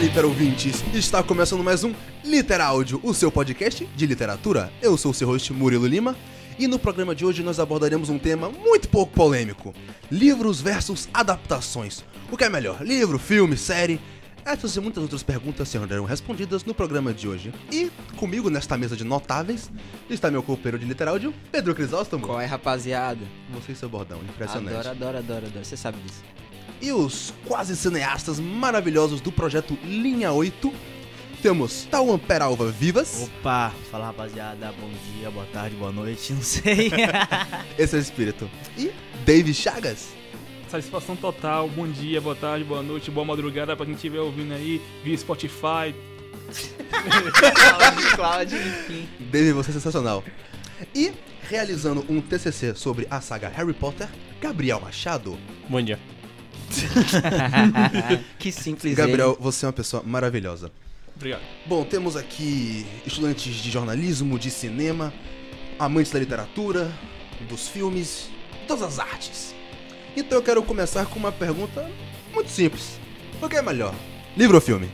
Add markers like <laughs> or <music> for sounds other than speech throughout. Liter ouvintes! Está começando mais um Literáudio, o seu podcast de literatura. Eu sou o seu host Murilo Lima e no programa de hoje nós abordaremos um tema muito pouco polêmico: livros versus adaptações. O que é melhor, livro, filme, série? Essas e muitas outras perguntas serão respondidas no programa de hoje. E comigo nesta mesa de notáveis está meu companheiro de Literáudio, Pedro Crisóstomo. Qual é, rapaziada? Você e seu bordão, impressionante. Adoro, adoro, adoro, adoro. Você sabe disso. E os quase cineastas maravilhosos do projeto Linha 8 temos Tauan Peralva Vivas, Opa, fala rapaziada, bom dia, boa tarde, boa noite, não sei. esse é o espírito, e David Chagas. Satisfação total, bom dia, boa tarde, boa noite, boa madrugada pra quem estiver ouvindo aí, via Spotify. Cláudio, <laughs> Cláudio, <laughs> enfim. David, você é sensacional. E realizando um TCC sobre a saga Harry Potter, Gabriel Machado. Bom dia. que simples Gabriel, você é uma pessoa maravilhosa. Obrigado. Bom, temos aqui estudantes de jornalismo, de cinema, amantes da literatura, dos filmes, todas as artes. Então eu quero começar com uma pergunta muito simples. O que é melhor? Livro ou filme?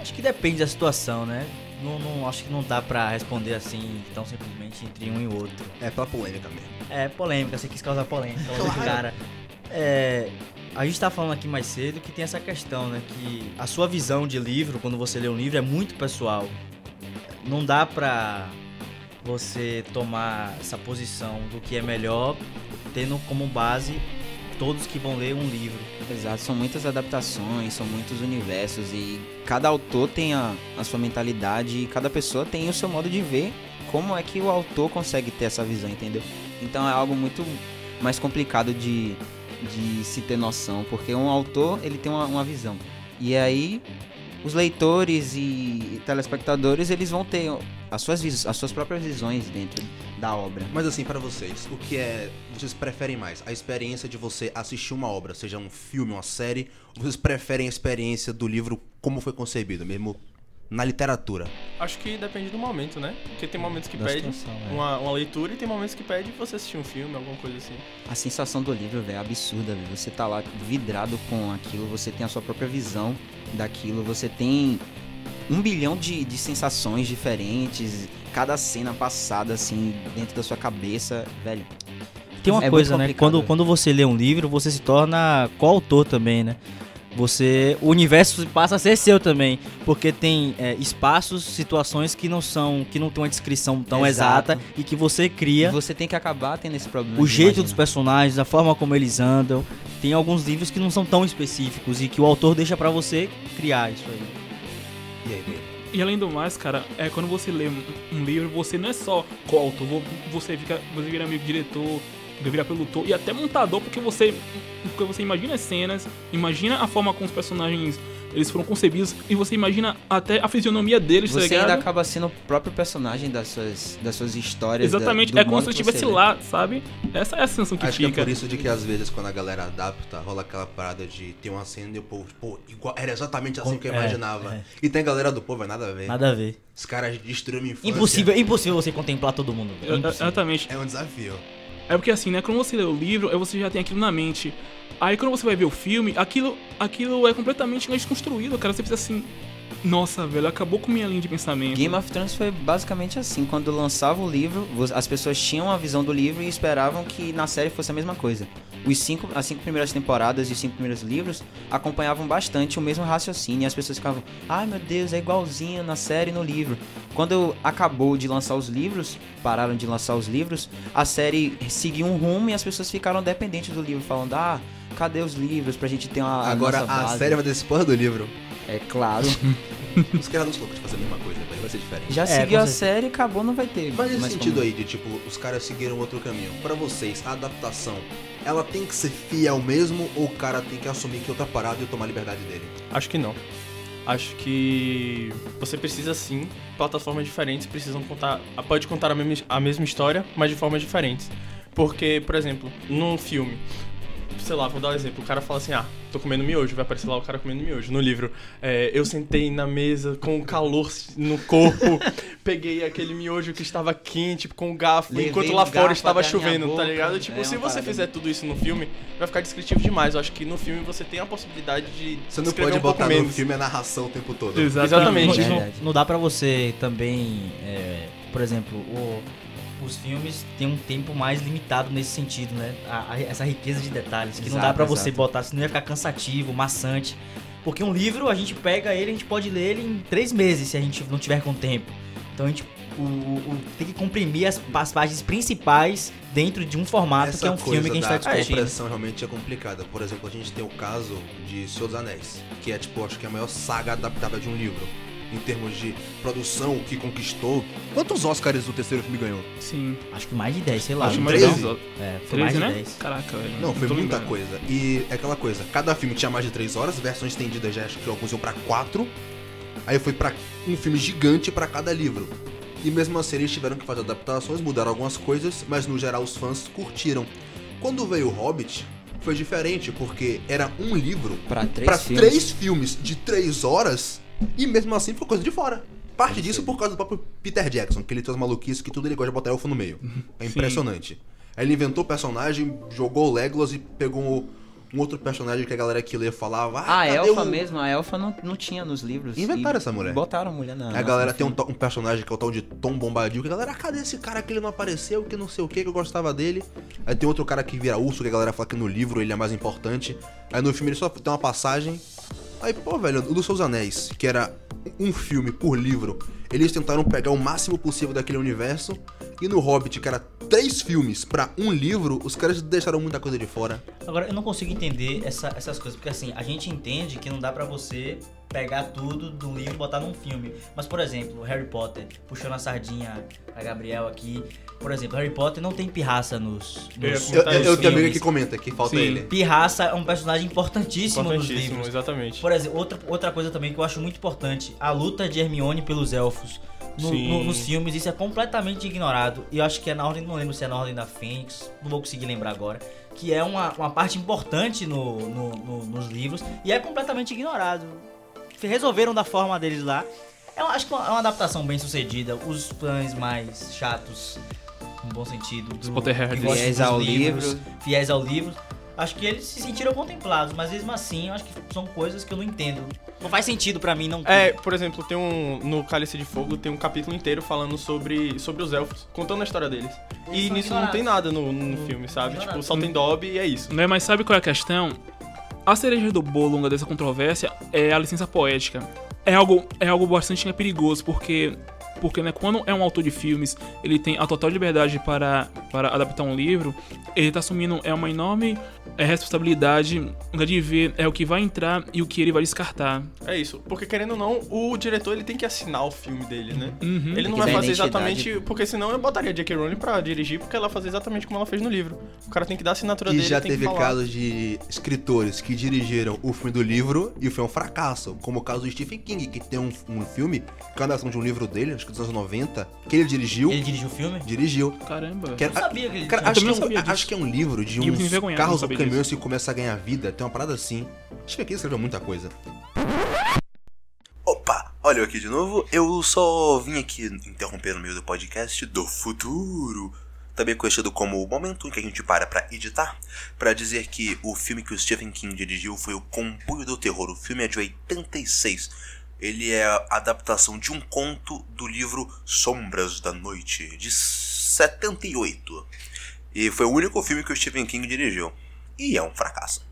acho que depende da situação, né? Não, não- acho que não dá pra responder assim tão simplesmente entre um e outro. É pela polêmica mesmo. É polêmica, você quis causar polêmica, logo de cara. É, a gente tá falando aqui mais cedo que tem essa questão, né? Que a sua visão de livro, quando você lê um livro, é muito pessoal. Não dá pra você tomar essa posição do que é melhor, tendo como base todos que vão ler um livro. Exato, são muitas adaptações, são muitos universos e cada autor tem a, a sua mentalidade e cada pessoa tem o seu modo de ver como é que o autor consegue ter essa visão, entendeu? Então é algo muito mais complicado de, de se ter noção, porque um autor ele tem uma, uma visão. E aí os leitores e telespectadores eles vão ter as suas, vis- as suas próprias visões dentro da obra. Mas assim, para vocês, o que é. Vocês preferem mais? A experiência de você assistir uma obra, seja um filme, uma série, ou vocês preferem a experiência do livro como foi concebido, mesmo na literatura? Acho que depende do momento, né? Porque tem momentos que da pede situação, né? Tá uma, uma leitura e tem momentos que pede você assistir um filme, alguma coisa assim. A sensação do livro, velho, é absurda, velho. Você tá lá vidrado com aquilo, você tem a sua própria visão daquilo, você tem um bilhão de, de sensações diferentes, cada cena passada, assim, dentro da sua cabeça, velho. Tem uma É coisa, muito né? complicado. Quando, quando você lê um livro, você se torna coautor também, né? Você, o universo passa a ser seu também, porque tem é, espaços, situações que não são, que não tem uma descrição tão Exato. exata e que você E cria você tem que acabar tendo esse problema. o de jeito dos imaginar. personagens, a forma como eles andam. Tem alguns livros que não são tão específicos e que o autor deixa pra você criar isso aí. E aí, Pedro? E além do mais, cara, é quando você lê um, um livro, você não é só coautor, vo- você fica, você vira amigo do diretor, vira produtor e até montador, porque você, porque você imagina as cenas, imagina a forma como os personagens eles foram concebidos e você imagina até a fisionomia deles, tá Você ligado? ainda acaba sendo o próprio personagem das suas, das suas histórias. da- Exatamente, do é como modo se eu que você estivesse lê. lá, sabe? Essa é a sensação que Acho que é fica. por isso de que às vezes quando a galera adapta, rola aquela parada de ter uma cena e o povo, pô, igual, era exatamente assim Com- que eu é, imaginava. é. E tem galera do povo, é nada a ver. Nada a ver. Os caras destruíram minha infância. Impossível, impossível você contemplar todo mundo. velho. Eu- eu- Impossível. Exatamente. É um desafio. É porque assim, né? Quando você lê o livro, aí você já tem aquilo na mente. Aí quando você vai ver o filme, aquilo, aquilo é completamente desconstruído, cara. Você pensa assim, nossa, velho, acabou com minha linha de pensamento. Game of Thrones foi basicamente assim. Quando lançava o livro, vo- as pessoas tinham a visão do livro e esperavam que na série fosse a mesma coisa. Os cinco, as cinco primeiras temporadas e os cinco primeiros livros acompanhavam bastante o mesmo raciocínio. E as pessoas ficavam, ai meu Deus, é igualzinho na série e no livro. Quando acabou de lançar os livros, pararam de lançar os livros, a série seguiu um rumo e as pessoas ficaram dependentes do livro, falando, ah, cadê os livros pra gente ter uma. Agora Ah, nossa a base?" série vai desse porra do livro. É <laughs> claro. Os caras não são loucos de fazer a mesma coisa, velho. Vai ser diferente. Já É, seguiu com a certeza. série e acabou, não vai ter. Mas nesse mais sentido como- é? aí de tipo, os caras seguiram outro caminho. Pra vocês, a adaptação, ela tem que ser fiel mesmo ou o cara tem que assumir que outra parada e tomar a liberdade dele? Acho que não. Acho que você precisa sim, plataformas diferentes precisam contar, pode contar a mesma, a mesma história, mas de formas diferentes. Porque, por exemplo, num filme, sei lá, vou dar um exemplo. O cara fala assim, ah, tô comendo miojo, vai aparecer lá o cara comendo miojo. No livro, é, eu sentei na mesa com o calor no <laughs> corpo, peguei aquele miojo que estava quente, com o garfo, Levei enquanto um lá garfo fora estava até a minha chovendo, boca. tá ligado? Tipo, É se uma você parada fizer tudo isso no filme, vai ficar descritivo demais. Eu acho que no filme você tem a possibilidade de Você não escrever pode um botar pouco no menos. filme a narração o tempo todo. É. Exatamente. Não- Não, é Verdade. não dá pra você também, é, por exemplo, o- os filmes têm um tempo mais limitado nesse sentido, né? A- a- essa riqueza de detalhes que não dá Exato, pra você exato. botar, senão ia ficar cansativo, maçante. Porque um livro a gente pega ele, a gente pode ler ele em três meses se a gente não tiver com tempo. Então a gente o- o- o- tem que comprimir as, as páginas principais dentro de um formato que é um filme que a gente tá da discutindo. compressão realmente é complicada. Por exemplo, a gente tem o caso de Senhor dos Anéis, que é tipo, acho que é a maior saga adaptada de um livro. Em termos de produção, o que conquistou. Quantos Oscars o terceiro filme ganhou? Sim. Acho que mais de 10, sei lá. Acho um mais treze. legal. É, foi mais 13, de né? 10. Caraca, velho. Não, foi tô muita lembrado. coisa. E é aquela coisa, cada filme tinha mais de 3 horas, versões estendidas já acho que alguns iam pra 4. Aí foi pra um filme gigante pra cada livro. E mesmo assim eles tiveram que fazer adaptações, mudaram algumas coisas, mas no geral os fãs curtiram. Quando veio o Hobbit, foi diferente, porque era um livro Pra três pra filmes. três filmes de três horas e mesmo assim ficou coisa de fora. Parte disso por causa do próprio Peter Jackson, que ele tem as maluquices que tudo ele gosta de botar elfo no meio. É Sim. impressionante. Aí ele inventou o personagem, jogou o Legolas e pegou um, um outro personagem que a galera que lê falava. Ah, Ah, a cadê elfa o-" mesmo, a elfa não, não tinha nos livros. Inventaram E essa mulher. Botaram a mulher na. Aí na- a galera tem um, to- um personagem que é o tal de Tom Bombadil, que a galera, "Ah, cadê esse cara que ele não apareceu, que não sei o que, que eu gostava dele. Aí tem outro cara que vira urso, que a galera fala que no livro ele é mais importante. Aí no filme ele só tem uma passagem. Aí, pô, velho, o dos seus anéis, que era um filme por livro, eles tentaram pegar o máximo possível daquele universo. E no Hobbit, que era três filmes pra um livro, os caras deixaram muita coisa de fora. Agora, eu não consigo entender essa- essas coisas, porque assim, a gente entende que não dá pra você pegar tudo do livro e botar num filme. Mas, por exemplo, Harry Potter, puxando a sardinha a Gabriel aqui. Por exemplo, Harry Potter não tem pirraça nos, Eu ia nos, Eu, eu, Tá, eu os tenho filmes. amigo que comenta que falta Sim. ele. Pirraça é um personagem importantíssimo, nos Importantíssimo, livros. exatamente. Por exemplo, outra, outra coisa também que eu acho muito importante, a luta de Hermione pelos elfos. No- Sim. no- nos filmes, isso é completamente ignorado. E eu acho que é na ordem, não lembro se é na ordem da Fênix, não vou conseguir lembrar agora. Que é uma, uma parte importante no, no- no- nos livros e é completamente ignorado. Resolveram da forma deles lá. Eu acho que é uma- é uma adaptação bem sucedida. Os fãs mais chatos, no bom sentido, do, Potterheads. que gostam Fiéis dos ao livros, livro. fiéis ao livro. Acho que eles se sentiram contemplados, mas mesmo assim, eu acho que são coisas que eu não entendo. Não faz sentido pra mim, não. É, por exemplo, tem um. No Cálice de Fogo tem um capítulo inteiro falando sobre, sobre os elfos, contando a história deles. Eles E são nisso não tem nada no, no filme, sabe? ignorados. Tipo, só tem Dobby e é isso. Né, mas sabe qual é a questão? A cereja do bolo dessa controvérsia é a licença poética. É algo, é algo bastante né, perigoso, porque, porque né, quando é um autor de filmes, ele tem a total liberdade para, para adaptar um livro, ele está assumindo é uma enorme é, responsabilidade né, de ver é o que vai entrar e o que ele vai descartar. É isso. Porque querendo ou não, o diretor ele tem que assinar o filme dele, né? Hum. Uhum. Ele não que vai dar fazer identidade. exatamente. Porque senão eu botaria a J.K. Rowling pra dirigir, porque ela vai fazer exatamente como ela fez no livro. O cara tem que dar a assinatura E dele. já tem teve que falar. casos de escritores que dirigiram o filme do livro e foi um fracasso, como o caso do Stephen King, que tem um, um filme, que é uma adaptação de um livro dele, acho que dos anos 90, que ele dirigiu, Ele dirigiu o filme? dirigiu. Caramba. Que era- Eu sabia que ele cara, Eu acho, que é também um, não sabia acho disso. que é um livro de E eu me uns envergonhava, carros não ou sabia caminhões que começa a ganhar vida, tem uma parada assim. Stephen King escreveu muita coisa. Opa, olha eu aqui de novo. Eu só vim aqui interromper no meio do podcast do futuro, também conhecido como o momento em que a gente para pra editar, pra dizer que o filme que o Stephen King dirigiu foi o Comboio do Terror. O filme é de 86. Ele é a adaptação de um conto do livro Sombras da Noite, de 78. E foi o único filme que o Stephen King dirigiu. E é um fracasso.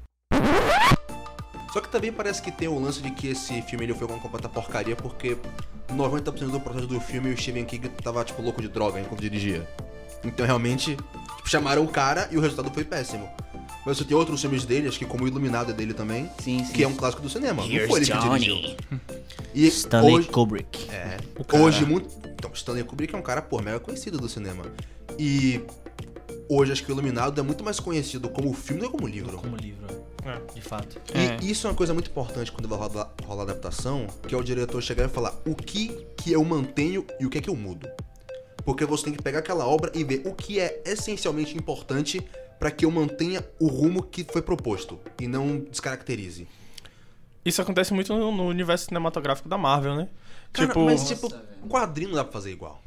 Só que também parece que tem o lance de que esse filme ele foi uma completa porcaria porque 90% do processo do filme o Steven King tava, tipo, louco de droga enquanto dirigia. Então realmente, tipo, chamaram o cara e o resultado foi péssimo. Mas você tem outros filmes dele, acho que como o Iluminado é dele também, Sim, sim. que é um clássico do cinema. Não Here's foi ele que Johnny. dirigiu. E Stanley hoje, Kubrick. é, cara- hoje muito. Então, Stanley Kubrick é um cara, pô, mega conhecido do cinema. E hoje acho que o Iluminado é muito mais conhecido como filme do que como livro. Como livro, de fato. É. E isso é uma coisa muito importante quando vai rolar, rolar adaptação, que é o diretor chegar e falar o que que eu mantenho e o que é que eu mudo. Porque você tem que pegar aquela obra e ver o que é essencialmente importante pra que eu mantenha o rumo que foi proposto e não descaracterize. Isso acontece muito no, no universo cinematográfico da Marvel, né? Cara, tipo, mas tipo, Nossa, velho. quadrinho não dá pra fazer igual.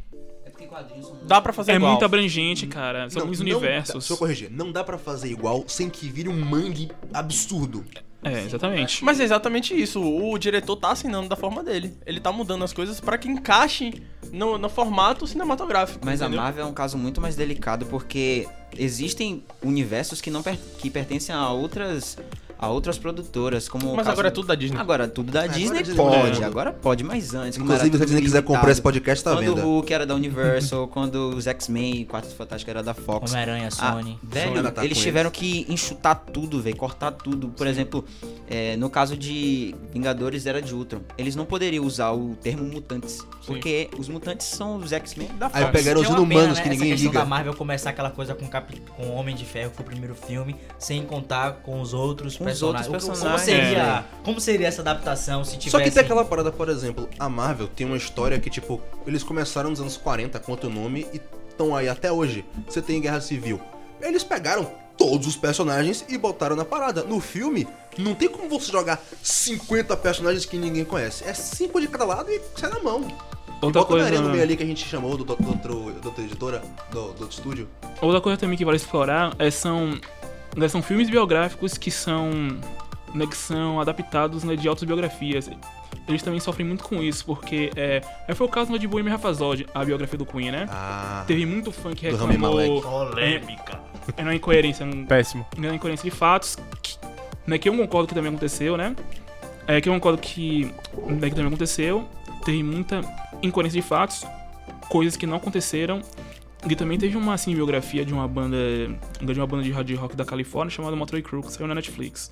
É porque quadrinhos são dá pra fazer É igual. muito abrangente, cara. São alguns não dá- universos. Deixa eu corrigir. Não dá pra fazer igual sem que vire um mangue absurdo. É, assim, exatamente. Mas é exatamente isso. O diretor tá assinando da forma dele. Ele tá mudando as coisas pra que encaixe no, no formato cinematográfico. Mas entendeu? a Marvel é um caso muito mais delicado porque existem universos que não per- que pertencem a outras a outras produtoras, como o Mas caso- Ah, agora é tudo da Disney. Agora tudo da É, Agora Disney a Disney pode, manda. agora pode, mas antes. como Inclusive, era se a tudo Disney quiser limitado, comprar esse podcast, tá à Quando venda. o <laughs> Hulk era da Universal, quando os X-Men, Quartos Fantásticos era da Fox. Homem-Aranha, Ah, Sony. velho, ainda tá com eles eles. tiveram que enxutar tudo, velho, cortar tudo. Por exemplo, é, no caso de Vingadores Era de Ultron, eles não poderiam usar o termo mutantes, porque os mutantes são os X-Men da Aí Fox. pegaram os Que é uma pena, inumanos né, que ninguém Essa questão da liga. Marvel começar aquela coisa com, Cap... com Homem de Ferro, que foi o primeiro filme, sem contar com os outros Com os personagens. outros O- personagens, Como seria, como seria essa adaptação se tivesse... É. Só que tem aquela parada, por exemplo, a Marvel tem uma história que, tipo, eles começaram nos anos 40 com outro nome e estão aí até hoje. Você tem Guerra Civil. Eles pegaram todos os personagens e botaram na parada. No filme, não tem como você jogar 50 personagens que ninguém conhece. É 5 de cada lado e sai na mão. e Outra bota o coisa, né? Daria no meio ali que a gente chamou do, do, do, outro- do outro editora, do, do outro estúdio. outra coisa também que vale explorar é, são, né, são filmes biográficos que são, né, que são adaptados né, de autobiografias. Eles também sofrem muito com isso, porque é, aí foi o caso né, de Bohemian Rhapsody, a biografia do Queen, né? Ah. Teve muito fã que Do Rami reclamou... Malek. Polêmica. É uma incoerência, um- Péssimo. grande incoerência de fatos, que, né, que eu concordo que também aconteceu, né? É, que eu concordo que, né, que também aconteceu. Teve muita incoerência de fatos, coisas que não aconteceram. E também teve uma assim, biografia de uma banda de uma banda de hard rock da Califórnia chamada Motley Crue, que saiu na Netflix.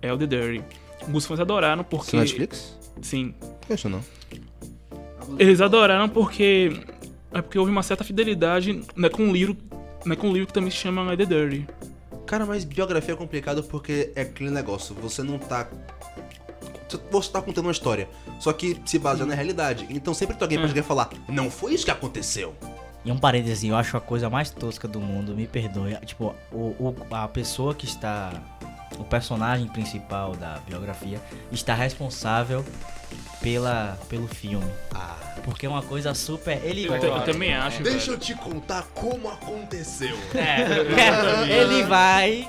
É o The Dirty. Os fãs adoraram porque... é Netflix? Sim. Isso não. Eles adoraram porque... É porque houve uma certa fidelidade né, com o livro, né, com o livro que também se chama The Dirty. Cara, mas biografia é complicado porque é aquele negócio, você não tá. Você tá contando uma história, só que se baseia na realidade. Então sempre tem alguém pra É. chegar e falar, não foi isso que aconteceu. E um parênteses, eu acho a coisa mais tosca do mundo, me perdoe. Tipo, o, o- a pessoa que está. O personagem principal da biografia está responsável pela, pelo filme. Ah. Porque é uma coisa super. Ele. Eu, eu também acho, é. <laughs> velho. Deixa eu te contar como aconteceu. É, <laughs> ele vai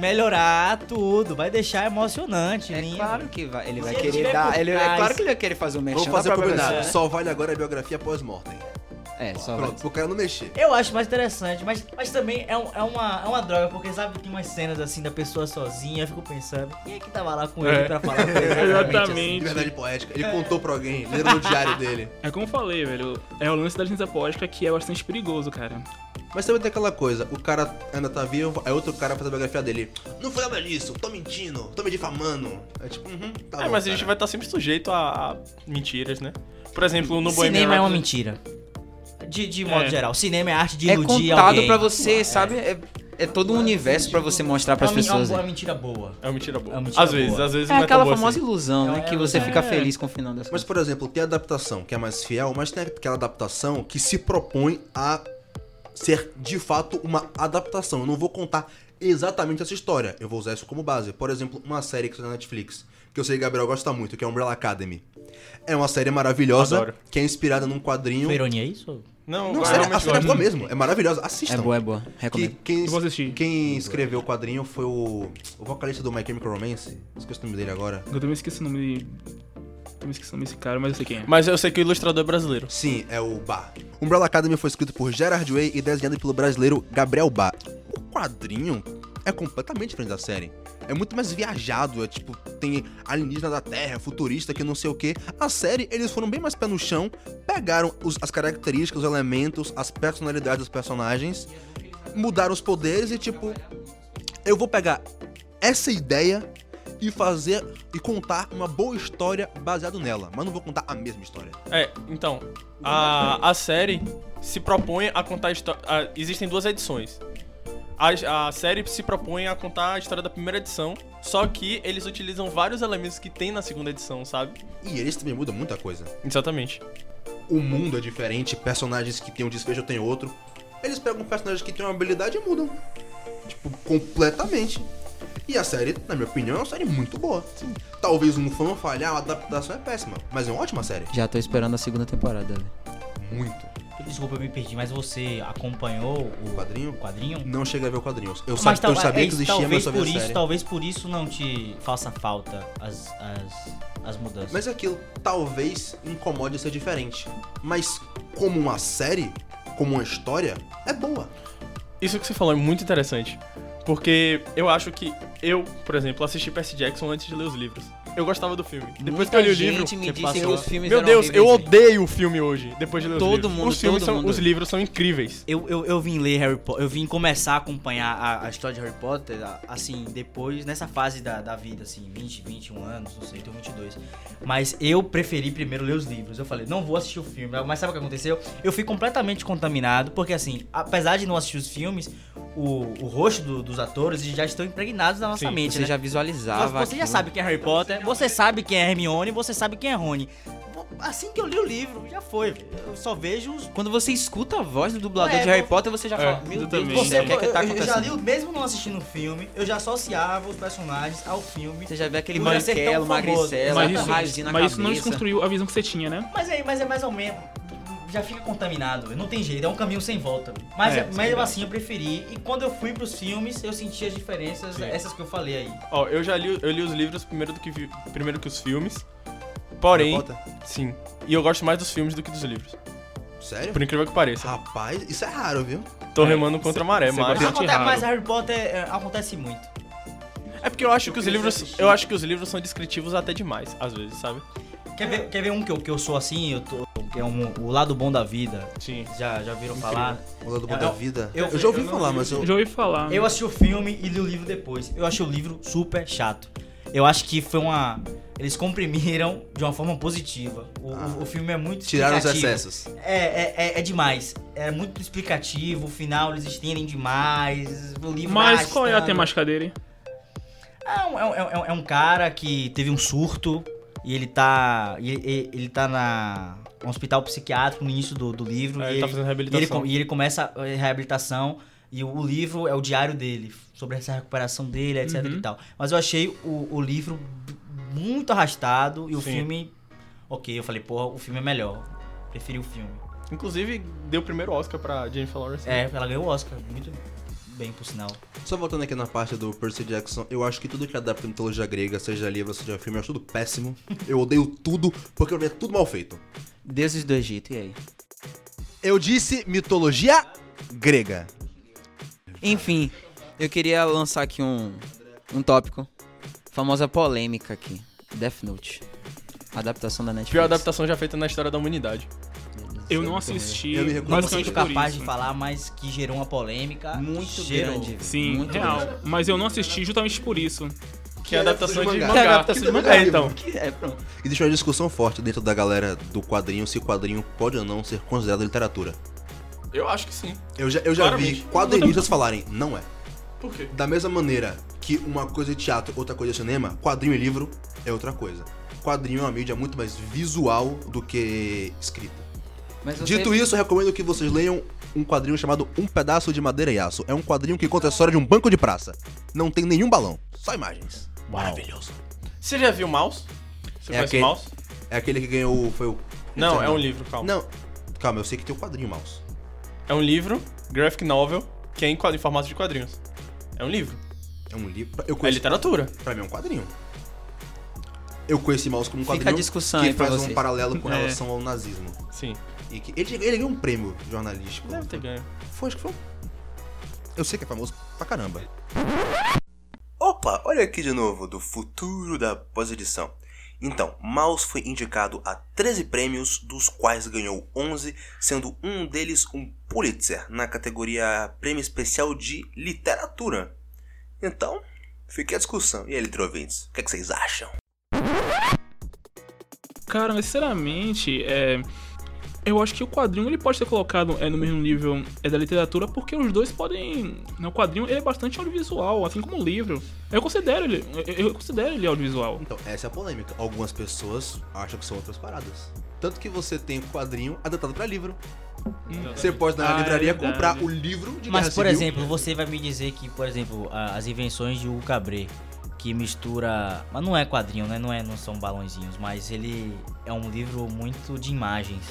melhorar tudo, vai deixar emocionante, É lindo. claro que vai, ele vai ele querer tiver dar. por Ele, é trás- claro que ele vai querer fazer um merchan Vamos fazer da um própria combinado. pessoa. Só vale agora a biografia pós-mortem. É, só vai. Pronto, pro cara não mexer. Eu acho mais interessante, mas, mas também é, um- é uma, é uma droga, porque sabe, tem umas cenas assim da pessoa sozinha, eu fico pensando, quem é que tava lá com ele É. pra falar <laughs> coisa assim? Exatamente. Liberdade poética. Ele contou pra alguém, leram no diário dele. É como eu falei, velho. É o lance da licença poética que é bastante perigoso, cara. Mas também tem aquela coisa, o cara ainda tá vivo, aí outro cara faz a biografia dele. Não foi nada disso, tô mentindo, tô me difamando. É tipo, uhum, tá é, bom, mas a cara. gente vai estar sempre sujeito a, a mentiras, né? Por exemplo, no Bohemian cinema é uma Rhapsody- mentira. De, de modo É. geral, cinema é a arte de É iludir contado alguém. pra você, sabe? É, é todo um universo pra você mostrar pras É uma- pessoas. É uma né? mentira boa. É uma mentira É boa. uma mentira às vezes, boa. às vezes É não é aquela tão boa famosa assim. ilusão, né? É, Que você é. fica feliz com o final das Mas, coisas. por exemplo, tem a adaptação que é mais fiel, mas tem aquela adaptação que se propõe a ser de fato uma adaptação. Eu não vou contar exatamente essa história, eu vou usar isso como base. Por exemplo, uma série que está na Netflix, que eu sei que Gabriel gosta muito, que é Umbrella Academy. É uma série maravilhosa, Adoro. um que é inspirada num quadrinho. Foi é ironia isso? Não, Não, eu a série, a realmente série é gosto. boa mesmo, é maravilhosa, assistam. É boa, é boa. Que, Recomendo. quem, Eu vou assistir. quem escreveu o quadrinho foi o, o vocalista do My Chemical Romance, esqueci o nome dele agora. Eu também esqueci o nome de. Também esqueci o nome desse cara, mas eu sei quem é. Mas eu sei que o ilustrador é brasileiro. Sim, é o Bar. Umbrella Academy foi escrito por Gerard Way e desenhado pelo brasileiro Gabriel Bar. O quadrinho é completamente diferente da série. É muito mais viajado, é tipo, tem alienígena da Terra, futurista, que não sei o que. A série, eles foram bem mais pé no chão, pegaram os- as características, os elementos, as personalidades dos personagens, mudaram os poderes e tipo, eu vou pegar essa ideia e fazer e contar uma boa história baseado nela, mas não vou contar a mesma história. É, então, a, a série se propõe a contar a história. Existem duas edições. A, a série se propõe a contar a história da primeira edição, só que eles utilizam vários elementos que tem na segunda edição, sabe? E eles também mudam muita coisa. Exatamente. o mundo é diferente, personagens que tem um desfecho tem outro. Eles pegam personagens que têm uma habilidade e mudam. Tipo, completamente. E a série, na minha opinião, é uma série muito boa. Talvez um fã fale, ah, a adaptação é péssima, mas é uma ótima série. Já tô esperando a segunda temporada. velho. Muito. Desculpa, eu me perdi, mas você acompanhou O o quadrinho, quadrinho? não cheguei a ver o quadrinho. Eu, sa Mas tal- eu sabia é que isso, existia, mas talvez eu só por vi a isso, série. talvez por isso não te faça falta as, as, as mudanças. Mas é aquilo, talvez incomode ser diferente. Mas como uma série, como uma história, é boa. Isso que você falou é muito interessante. Porque eu acho que eu, por exemplo, assisti Percy Jackson antes de ler os livros. Eu gostava do filme. Muita Depois que eu li o livro. gente me você disse passa- que os filmes Meu eram Deus, eu horríveis, velho. odeio o filme hoje, depois de ler os Todo livros. mundo, os filmes todo são, mundo. Os livros são incríveis. Eu, eu, eu vim ler Harry Potter, eu vim começar a acompanhar a, a história de Harry Potter, a- assim, depois, nessa fase da, da vida, assim, 20, 21 anos, não sei, tenho 22. Mas eu preferi primeiro ler os livros. Eu falei, não vou assistir o filme. Mas sabe o que aconteceu? Eu fui completamente contaminado, porque, assim, apesar de não assistir os filmes, o, o rosto do- dos atores já estão impregnados na nossa Sim, mente, Você né? já Mas visualizava. Você já aquilo. sabe quem é Harry Potter, você sabe quem é Hermione, você sabe quem é Rony. Assim que eu li o livro, já foi. Eu só vejo os Quando você escuta a voz do dublador Ué, de Harry eu- Potter, você já É, fala, meu Deus, exatamente. do você, céu, eu, o que é que tá eu- eu já li, acontecendo? o- mesmo não assistindo o filme, eu já associava os personagens ao filme. Você já vê aquele Por já ser tão magrelo, famoso. magricelo, Mas um isso, raiozinho na mas isso não é cabeça. desconstruiu a visão que você tinha, né? Mas é, mas é mais ou menos. Já fica contaminado, não tem jeito, é um caminho sem volta. Mas é, É, isso é mesmo verdade. assim eu preferi. E quando eu fui pros filmes, eu senti as diferenças, Sim. essas que eu falei aí. Ó, eu já li, eu li os livros primeiro do que vi- primeiro que os filmes. Harry Porém, Potter. sim. E eu gosto mais dos filmes do que dos livros. Sério? Por incrível que pareça. Rapaz, isso é raro, viu? Tô É, remando contra a maré, você mas Mas, gosta- Bastante acontece, raro. mas Harry Potter é, acontece muito. é porque eu acho que os Eu queria livros, assistir. eu acho que os livros são descritivos até demais, às vezes, sabe? Quer ver, quer ver um que eu, que eu sou assim? Eu tô, que é um, o lado bom da vida. Sim. Já, já viram falar? O lado bom Eu- da eu- vida. Eu, eu- já ouvi eu não falar, vi mas eu. Já ouvi falar. Eu assisti o filme e li o livro depois. Eu achei o livro super chato. Eu acho que foi uma. Eles comprimiram de uma forma positiva. O, Ah. o- o filme é muito Tiraram os explicativo. excessos. É, é, é, é demais. É muito explicativo. O final eles estendem demais. O livro Mas vai qual é a arrastando. temática dele? É um, é um- é um- é um cara que teve um surto e ele tá. e- e- Ele, tá na. Um hospital psiquiátrico no início do, do livro. É, Aí e ele tá ele- fazendo e ele, reabilitação. com- e ele começa a eh, reabilitação e o, o livro é o diário dele, sobre essa recuperação dele, etc Uhum. e tal. Mas eu achei o, o livro b- muito arrastado e o Sim. filme. Ok, eu falei, porra, o filme é melhor. Preferi o filme. Inclusive, deu o primeiro Oscar pra Jennifer Lawrence. É, ela ganhou o Oscar, muito bem, por sinal. Só voltando aqui na parte do Percy Jackson, eu acho que tudo que é adapta a mitologia grega, seja livro, seja filme, eu acho tudo péssimo. Eu odeio tudo, porque eu vejo tudo mal feito. Deuses do Egito, e aí? Eu disse mitologia grega. Enfim, eu queria lançar aqui um, um tópico. Famosa polêmica aqui. Death Note. Adaptação da Netflix. Pior adaptação já feita na história da humanidade. é Eu não assisti, Eu me recuso. Não sou basicamente por é capaz isso. né? de falar, mas que gerou uma polêmica. Muito gerou. grande. Sim, muito real. grande. Mas eu não assisti justamente por isso. Que é a adaptação de mangá. Que é a adaptação de mangá, É, então. Que é, pronto. Existe uma discussão forte dentro da galera do quadrinho se quadrinho pode ou não ser considerado literatura. Eu acho que sim. Eu já, eu já vi Claramente. quadrinistas falarem, não é. Por quê? Da mesma maneira que uma coisa é teatro, outra coisa é cinema, quadrinho e livro é outra coisa. Quadrinho é uma mídia muito mais visual do que escrita. Mas você- Dito isso, eu recomendo que vocês leiam um quadrinho chamado Um Pedaço de Madeira e Aço. É um quadrinho que conta a história de um banco de praça. Não tem nenhum balão, só imagens. Maravilhoso. Você já viu Mouse? Você É conhece aquele- Mouse? É aquele que ganhou. Foi o. Não, é um livro, calma. Não, calma, eu sei que tem o quadrinho, Mouse. É um livro, graphic novel, que é em, quadro- em formato de quadrinhos. É um livro. É um livro. Eu É conheci. literatura. Pra mim é um quadrinho. Eu conheci Mouse como um Fica a quadrinho. discussão que aí pra faz um vocês. paralelo com É. relação ao nazismo. Sim. E que ele, ele ganhou um prêmio jornalístico. Deve ter ganho. Foi, acho que foi. um- Eu sei que é famoso pra caramba. Opa, olha aqui de novo do futuro da pós-edição. Então, Maus foi indicado a 13 prêmios, dos quais ganhou 11, sendo um deles um Pulitzer na categoria Prêmio Especial de Literatura. Então, fica a discussão. E aí, Litroventes, o que, é que vocês acham? Cara, mas sinceramente, é, Eu acho que o quadrinho ele pode ser colocado é, no mesmo nível é, da literatura, porque os dois podem. né, O quadrinho ele é bastante audiovisual, assim como o livro. Eu considero ele, eu, eu considero ele audiovisual. Então, essa é a polêmica. Algumas pessoas acham que são outras paradas. Tanto que você tem o quadrinho adaptado pra livro. Você pode, na Ah, é livraria, verdade. comprar o livro de Mas, Guerra por Civil. exemplo, você vai me dizer que, por exemplo, a- as invenções de Hugo Cabret, que mistura. Mas não é quadrinho, né? Não, é, não são balãozinhos, mas ele é um livro muito <laughs> de imagens.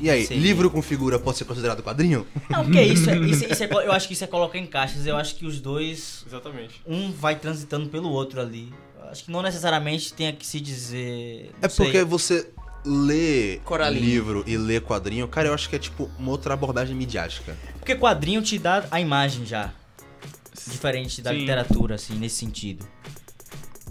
E aí, Seria. livro com figura pode ser considerado quadrinho? Não, porque isso, é- isso, é- isso é, co- eu acho que isso é colocar em caixas. Eu acho que os dois. Exatamente. Um vai transitando pelo outro ali. Eu Acho que não necessariamente tenha que se dizer. É não sei. porque você lê Coraline. livro e lê quadrinho, cara, eu acho que é tipo uma outra abordagem midiática. Porque quadrinho te dá a imagem já. Diferente da Sim. literatura, assim, nesse sentido.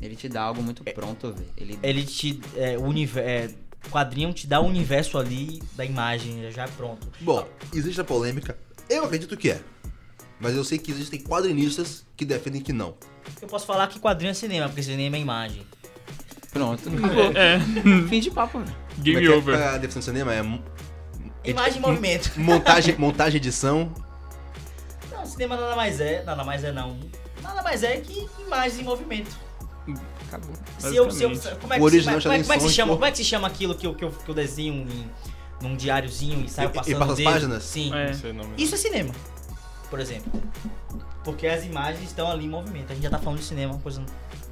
Ele te dá algo muito pronto, velho. É- Ele Ele te. É, o univer- é, quadrinho te dá o universo ali da imagem, né? já é pronto. Bom, existe a polêmica. Eu acredito que é. Mas eu sei que existem quadrinistas que defendem que não. Eu posso falar que quadrinho é cinema, porque cinema é imagem. pronto. <laughs> É, Fim de papo, né? velho. Como é game que é over. A definição de cinema é mo- Imagem e movimento. montagem, <laughs> montagem edição. Não, cinema nada mais é, nada mais é não. Nada mais é que imagens em movimento. Acabou. Se eu, se eu, Basicamente. como é O que se, original como, está em é- como é que se som e chama? cor. Como é que se chama aquilo que eu, que eu, que eu desenho em, num diáriozinho e E- saio e passando passa as o dedo? páginas? Sim. É. Não sei o nome. Isso é cinema, por exemplo. Porque as imagens estão ali em movimento. A gente já tá falando de cinema, uma coisa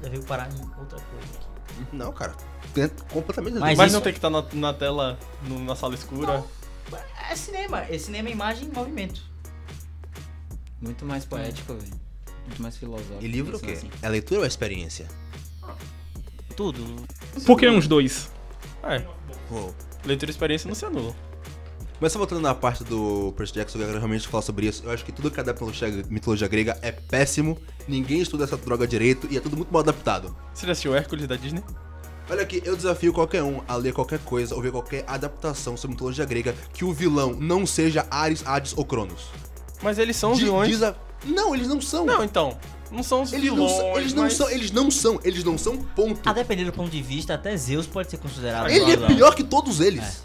já veio parar em outra coisa aqui. Não, cara. É completamente Mas Mas, isso- não tem que estar na, na tela, no- na sala escura. É cinema, é cinema, imagem e movimento. Muito mais poético, velho. Muito mais filosófico. E livro o pensando quê? assim. É leitura ou é experiência? Tudo. Por que uns dois? É, Uou. leitura e experiência não se anula. Mas só voltando na parte do Percy Jackson, eu quero realmente falar sobre isso. Eu acho que tudo que adapta a mitologia- mitologia grega é péssimo. Ninguém estuda essa droga direito e é tudo muito mal adaptado. Você já assistiu Hércules da Disney? Olha aqui, eu desafio qualquer um a ler qualquer coisa ou ver qualquer adaptação sobre mitologia grega que o vilão não seja Ares, Hades ou Cronos. Mas eles são os Di- vilões. desa- Não, eles não são. Não, então. Não são os eles não vilões. são, eles não mas- são, eles não são, eles não são, ponto. A Ah, depender do ponto de vista, até Zeus pode ser considerado. Ele é vilão. pior que todos eles.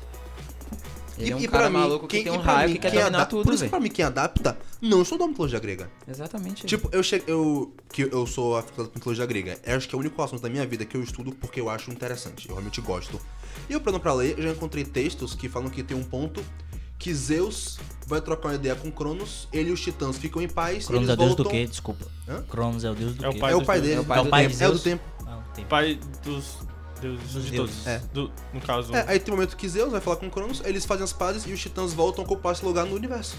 Ele tá. é um e cara pra mim, maluco quem, que tem um e pra raio mim, que quer quem dominar adap- Por tudo, isso, que velho. pra mim, quem adapta não estuda a mitologia grega. Exatamente. Tipo, eu chego. Eu, que eu sou aficionado por mitologia grega. Eu acho que é o único assunto da minha vida que eu estudo porque eu acho interessante. Eu realmente gosto. E eu parando pra ler, eu já encontrei textos que falam que tem um ponto que Zeus vai trocar uma ideia com Cronos, ele e os titãs ficam em paz. Cronos eles é o deus do voltam- quê? Desculpa. Hã? Cronos é o deus do É o quê? Ah, um pai É o dos pai deuses. dele. É o pai do tempo. É Zeus? o do tempo. Não, tem. Pai dos deuses Dos de deuses. todos. É. Do- no caso. É, aí tem um momento que Zeus vai falar com Cronos, eles fazem as pazes e os titãs voltam a ocupar esse lugar no universo.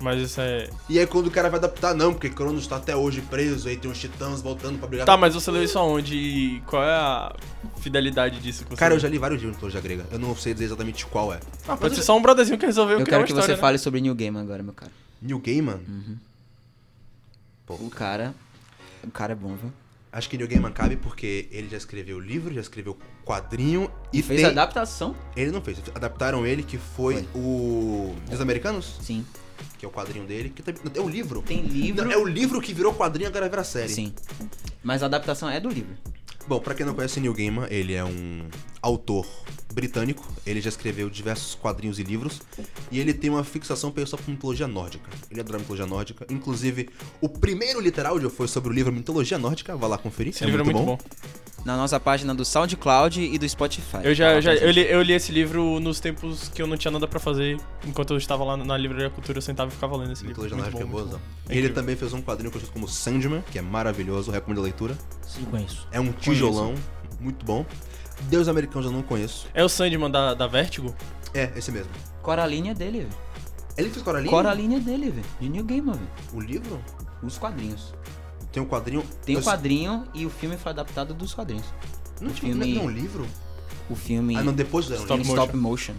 Mas isso é. E aí quando o cara vai adaptar, não, porque Cronos tá até hoje preso, aí tem os titãs voltando pra brigar. Tá, mas você leu isso aonde? E qual é a fidelidade disso que você Cara, eu leu? já li vários livros de mitologia grega. Eu não sei dizer exatamente qual é. Ah, pode ser só um brotherzinho que resolveu eu criar quero uma que história, você né? fale sobre New Game agora, meu cara. New Gaiman? Hum. O cara. O cara é bom, viu? Acho que Neil Gaiman cabe porque ele já escreveu livro, já escreveu quadrinho e Fez tem... adaptação? Ele não fez, adaptaram ele que foi, Foi. o Os Americanos, Sim. que é o quadrinho dele, que também é o livro. Tem livro. Não, é o livro que virou quadrinho agora vira série. Sim. Mas a adaptação é do livro. Bom, pra quem não conhece Neil Gaiman, ele é um autor britânico, ele já escreveu diversos quadrinhos e livros, e ele tem uma fixação pessoal por mitologia nórdica. Ele adora mitologia nórdica, inclusive o primeiro literal de foi sobre o livro Mitologia Nórdica, vai lá conferir, Esse livro é muito bom. Na nossa página do SoundCloud e do Spotify. tá, Eu já, Fala já pra gente. eu, li, eu li esse livro nos tempos que eu não tinha nada pra fazer. Enquanto eu estava lá na Livraria Cultura, eu sentava e ficava lendo esse livro. Mitologia Muito Nórdica é bom, muito boazão. bom. Ele incrível. também fez um quadrinho conhecido como Sandman, que é maravilhoso, recomendo a leitura. Sim, conheço. É um tijolão, muito bom. Deus Americanos eu não conheço. É o Sandman da, da Vertigo? É, esse mesmo. Coraline é dele, velho. Ele fez Coraline? Coraline é dele, velho. De New Game, velho. O livro? Os quadrinhos. Tem um quadrinho. Tem o Eu- quadrinho e o filme foi adaptado dos quadrinhos. Não o tinha não é- filme- não é um livro? O filme Ah, não, depois era um Stop em livro. stop motion.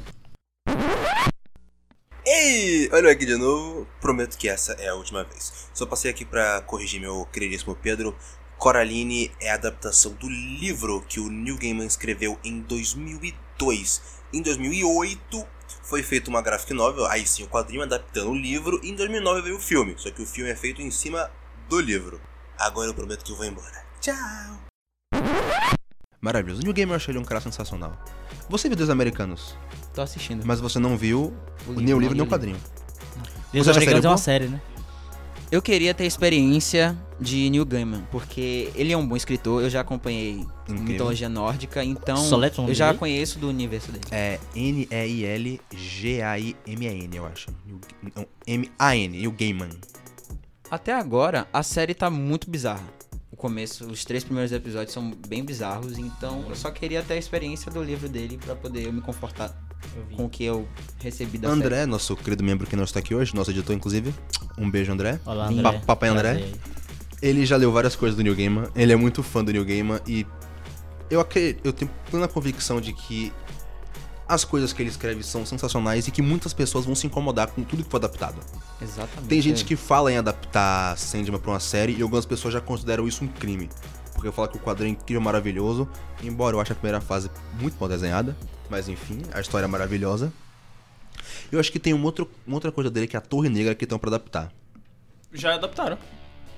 Ei, olha eu aqui de novo. Prometo que essa é a última vez. Só passei aqui pra corrigir meu queridíssimo Pedro. Coraline é a adaptação do livro que o Neil Gaiman escreveu em 2002. Em 2008 foi feita uma graphic novel, aí sim o quadrinho adaptando o livro, e em 2009 veio o filme, só que o filme é feito em cima do livro. Agora eu prometo que eu vou embora. Tchau! Maravilhoso. O Neil Gaiman eu achei ele um cara sensacional. Você viu Deus Americanos? Tô assistindo. Mas você não viu O nem o livro, livro, não, nem o o quadrinho. Deus Você acha Americanos série é boa? uma série, né? Eu queria ter a experiência de Neil Gaiman, porque ele é um bom escritor, eu já acompanhei Incrível. um mitologia nórdica, então Só letra o nome eu já dele? conheço do universo dele. É N-E-I-L-G-A-I-M-A-N, eu acho. Neil- Não, M-A-N, e o Gaiman. Até agora, a série tá muito bizarra. O começo, os três primeiros episódios são bem bizarros, então eu só queria ter a experiência do livro dele pra poder eu me confortar com o que eu recebi da série. André, nosso querido membro que não está aqui hoje, nosso editor, inclusive. Um beijo, André. Olá, Pa- André. Papai André. Prazer. Ele já leu várias coisas do Neil Gaiman, ele é muito fã do Neil Gaiman e eu, acre- eu tenho plena convicção de que as coisas que ele escreve são sensacionais e que muitas pessoas vão se incomodar com tudo que foi adaptado. Exatamente. Tem gente que fala em adaptar Sandman pra uma série e algumas pessoas já consideram isso um crime. Porque eu falo que o quadrinho é incrível, maravilhoso, embora eu ache a primeira fase muito mal desenhada, mas enfim, a história é maravilhosa. Eu acho que tem um outro, uma outra coisa dele que é a Torre Negra que estão pra adaptar. Já adaptaram.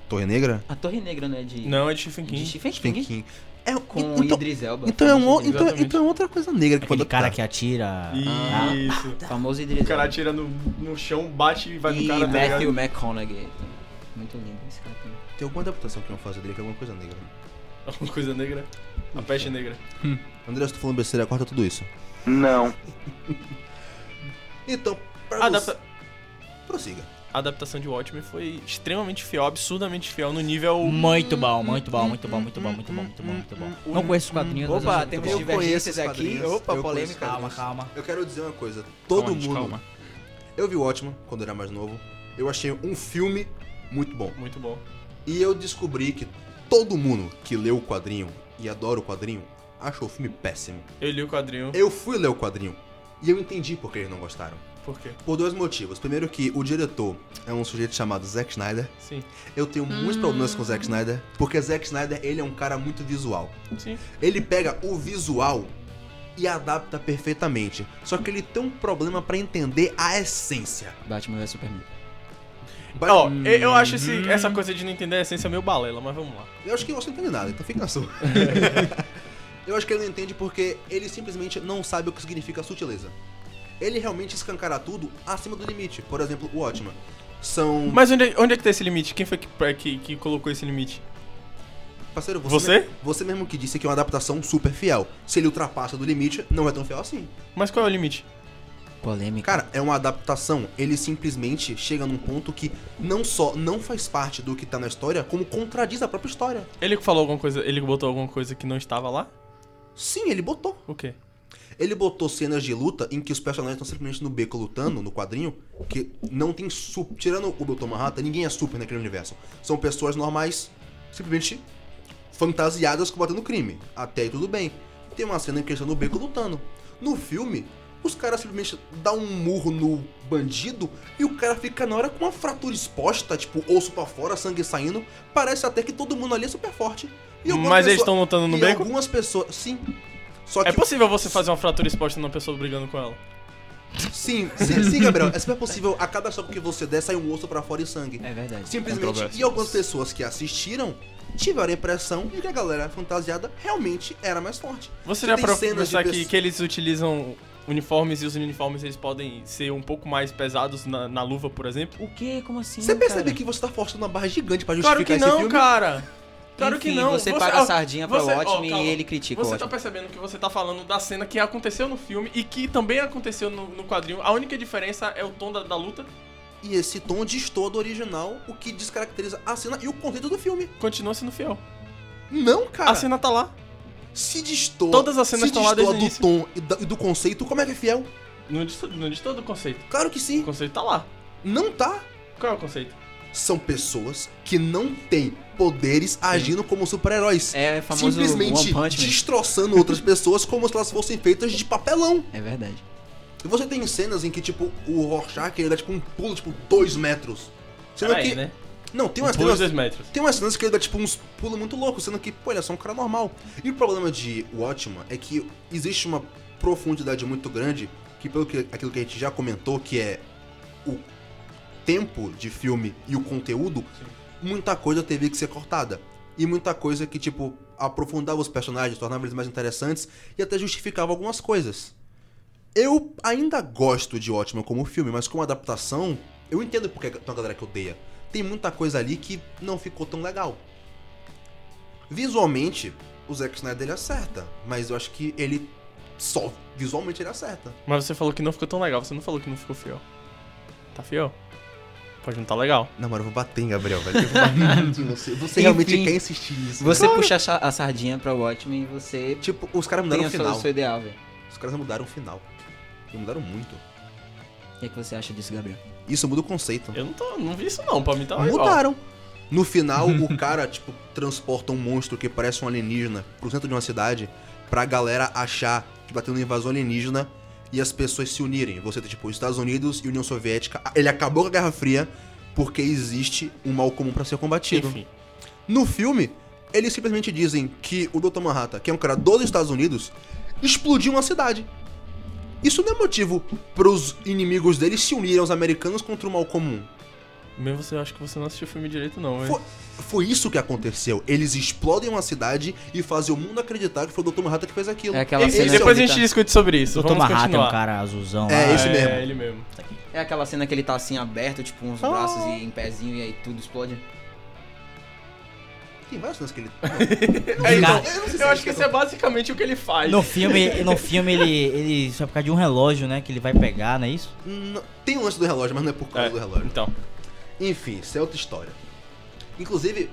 Torre Negra? A Torre Negra não é de, Não, é de Stephen de King. Stephen Stephen King? King. É, Com então, Idris Elba. Então é, um, o- famoso então, Exatamente. então é outra coisa negra que Aquele pode cara adaptar. que atira. Ah, Isso. Idris- Famoso O Idris cara Elba. atira no, no chão, bate e vai no E né? cara tá ligado? Matthew McConaughey. Muito lindo esse cara também. Tem alguma adaptação que vão fazer dele que é alguma coisa negra. Alguma coisa negra. A peste negra. André, se tu falando besteira, corta tudo isso. Não. <laughs> Então, pra Adapta- você- Prossiga. A adaptação de Watchmen foi extremamente fiel, absurdamente fiel, no nível... Hum. Muito bom, muito bom, muito bom, muito bom, muito bom, muito bom, muito bom. Não conheço os quadrinhos. mas Opa, acho muito temos bom. Eu conheço divergências esses aqui. quadrinhos, Opa, eu conheço polêmica. esses Calma, calma. Eu quero dizer uma coisa. Todo Calma, gente, mundo... calma. Eu vi o Watchmen quando eu era mais novo. Eu achei um filme muito bom. Muito bom. E eu descobri que todo mundo que leu o quadrinho e adora o quadrinho achou o filme péssimo. Eu li o quadrinho. Eu fui ler o quadrinho e eu entendi por que eles não gostaram. Por quê? Por dois motivos. Primeiro que o diretor é um sujeito chamado Zack Snyder. Sim. Eu tenho muitos problemas com o Zack Snyder, porque Zack Snyder, ele é um cara muito visual. Sim. Ele pega o visual e adapta perfeitamente. Só que ele tem um problema pra entender a essência. hum, Batman vs Superman. Ba- Ó, eu eu acho esse, essa coisa de não entender a essência é meio balela, mas vamos lá. Eu acho que você não entende nada, então fica na <laughs> sua. eu acho que ele não entende porque ele simplesmente não sabe o que significa sutileza. Ele realmente escancara tudo acima do limite. Por exemplo, o Watchman. São... Mas onde, onde é que tá esse limite? Quem foi que, pra- que, que colocou esse limite? Parceiro, Você? me- você mesmo que disse que é uma adaptação super fiel. Se ele ultrapassa do limite, não é tão fiel assim. Mas qual é o limite? Polêmica. Cara, é uma adaptação. Ele simplesmente chega num ponto que não só não faz parte do que tá na história, como contradiz a própria história. Ele que falou alguma coisa, ele que botou alguma coisa que não estava lá? Sim, ele botou. O quê? Ele botou cenas de luta em que os personagens estão simplesmente no beco lutando, no quadrinho, que não tem super. Tirando o Dr. Manhattan, ninguém é super naquele universo. São pessoas normais, simplesmente fantasiadas combatendo crime. Até aí tudo bem. Tem uma cena em que eles estão no beco lutando. No filme, os caras simplesmente dão um murro no bandido e o cara fica na hora com uma fratura exposta, tipo, osso pra fora, sangue saindo. Parece até que todo mundo ali é super forte. E algumas Mas eles pessoas- estão lutando no e beco? Algumas pessoas. Sim. Só que É possível você fazer uma fratura exposta numa pessoa brigando com ela? Sim, sim, sim, Gabriel. É super possível. A cada soco que você der, sai um osso pra fora e sangue. É verdade. Simplesmente. E algumas pessoas que assistiram tiveram a impressão de que a galera fantasiada realmente era mais forte. Você Você já tem parou pra cenas de pensar que, pessoas- que eles utilizam uniformes e os uniformes eles podem ser um pouco mais pesados na, na luva, por exemplo? O quê? Como assim? Você percebe cara? que você tá forçando uma barra gigante pra justificar Claro que esse não, filme? cara! Claro que Enfim, não! Você, paga ó, a sardinha pra você- ó, Watchmen calma. e ele critica o Você tá Watchmen. percebendo que você tá falando da cena que aconteceu no filme e que também aconteceu no, no quadrinho. A única diferença é o tom da, da luta. E esse tom distor do original, o que descaracteriza a cena e o conceito do filme. Continua sendo fiel. Não, cara. a cena tá lá. Se distor. Todas as cenas se estão lá distor desde o do início. tom e da- e do conceito, como é que é fiel? Não diz, não diz todo o conceito. Claro que O sim. conceito tá lá. Não tá. Qual é o conceito? São pessoas que não têm poderes agindo como super-heróis. É famoso One simplesmente Punch Man. destroçando outras pessoas como se elas fossem feitas de papelão. É verdade. E você tem cenas em que, tipo, o Rorschach ele dá tipo um pulo, tipo, dois metros. Sendo Peraí, que. né? Não, tem Um umas pulo de cenas. dois metros. Tem umas cenas que ele dá tipo uns pulos muito loucos, sendo que, pô, ele é só um cara normal. E o problema de Watchman é que existe uma profundidade muito grande, que pelo que aquilo que a gente já comentou, que é o tempo de filme e o conteúdo, muita coisa teve que ser cortada. E muita coisa que, tipo, aprofundava os personagens, tornava eles mais interessantes e até justificava algumas coisas. Eu ainda gosto de Watchmen como filme, mas como adaptação, eu entendo porque tem uma galera que odeia. Tem muita coisa ali que não ficou tão legal. Visualmente, o Zack Snyder ele acerta, mas eu acho que ele só visualmente ele acerta. Mas você falou que não ficou tão legal, você não falou que não ficou fiel. Tá fiel? Pode não tá legal. Na moral, eu vou bater em Gabriel, velho. Eu vou bater em <laughs> você. Você realmente Enfim. quer insistir nisso. Você puxa a sa- a sardinha pra Watchmen e você Tipo, os caras tem mudaram a o sua- o final. seu ideal, velho. Os caras mudaram o final. E mudaram muito. O que, é que você acha disso, Gabriel? Isso muda o conceito. Eu não tô. Não vi isso não, pra mim tá legal. Mudaram. No final, o <laughs> cara, tipo, transporta um monstro que parece um alienígena pro centro de uma cidade pra galera achar que bateu uma invasão alienígena e as pessoas se unirem. Você tem, tipo, Estados Unidos e União Soviética. Ah, Ele acabou com a Guerra Fria porque existe um mal comum pra ser combatido. Enfim. No filme, eles simplesmente dizem que o Dr. Manhattan, que é um cara dos Estados Unidos, explodiu uma cidade. Isso não é motivo pros inimigos deles se unirem aos americanos contra o mal comum. Mesmo você acha que você não assistiu o filme direito, não, velho. Foi, foi isso que aconteceu. Eles explodem uma cidade e fazem o mundo acreditar que foi o Dr. Manhattan que fez aquilo. É aquela E- e cena. depois que a ele gente discute sobre isso. Dr. Vamos Manhattan é continuar. um cara azulzão. É, lá. esse mesmo. É, ele mesmo. tá- É aquela cena que ele tá assim aberto, tipo, uns braços e em pezinho e aí tudo explode. Tem várias cenas que ele. É, então, Eu não sei se eu acho que ele- isso é basicamente o que ele faz. No filme, no filme ele, ele só é por causa de um relógio, né? Que ele vai pegar, não é isso? Não- Tem o lance do relógio, mas não é por causa É, do relógio. Então, Enfim, isso é outra história. Inclusive,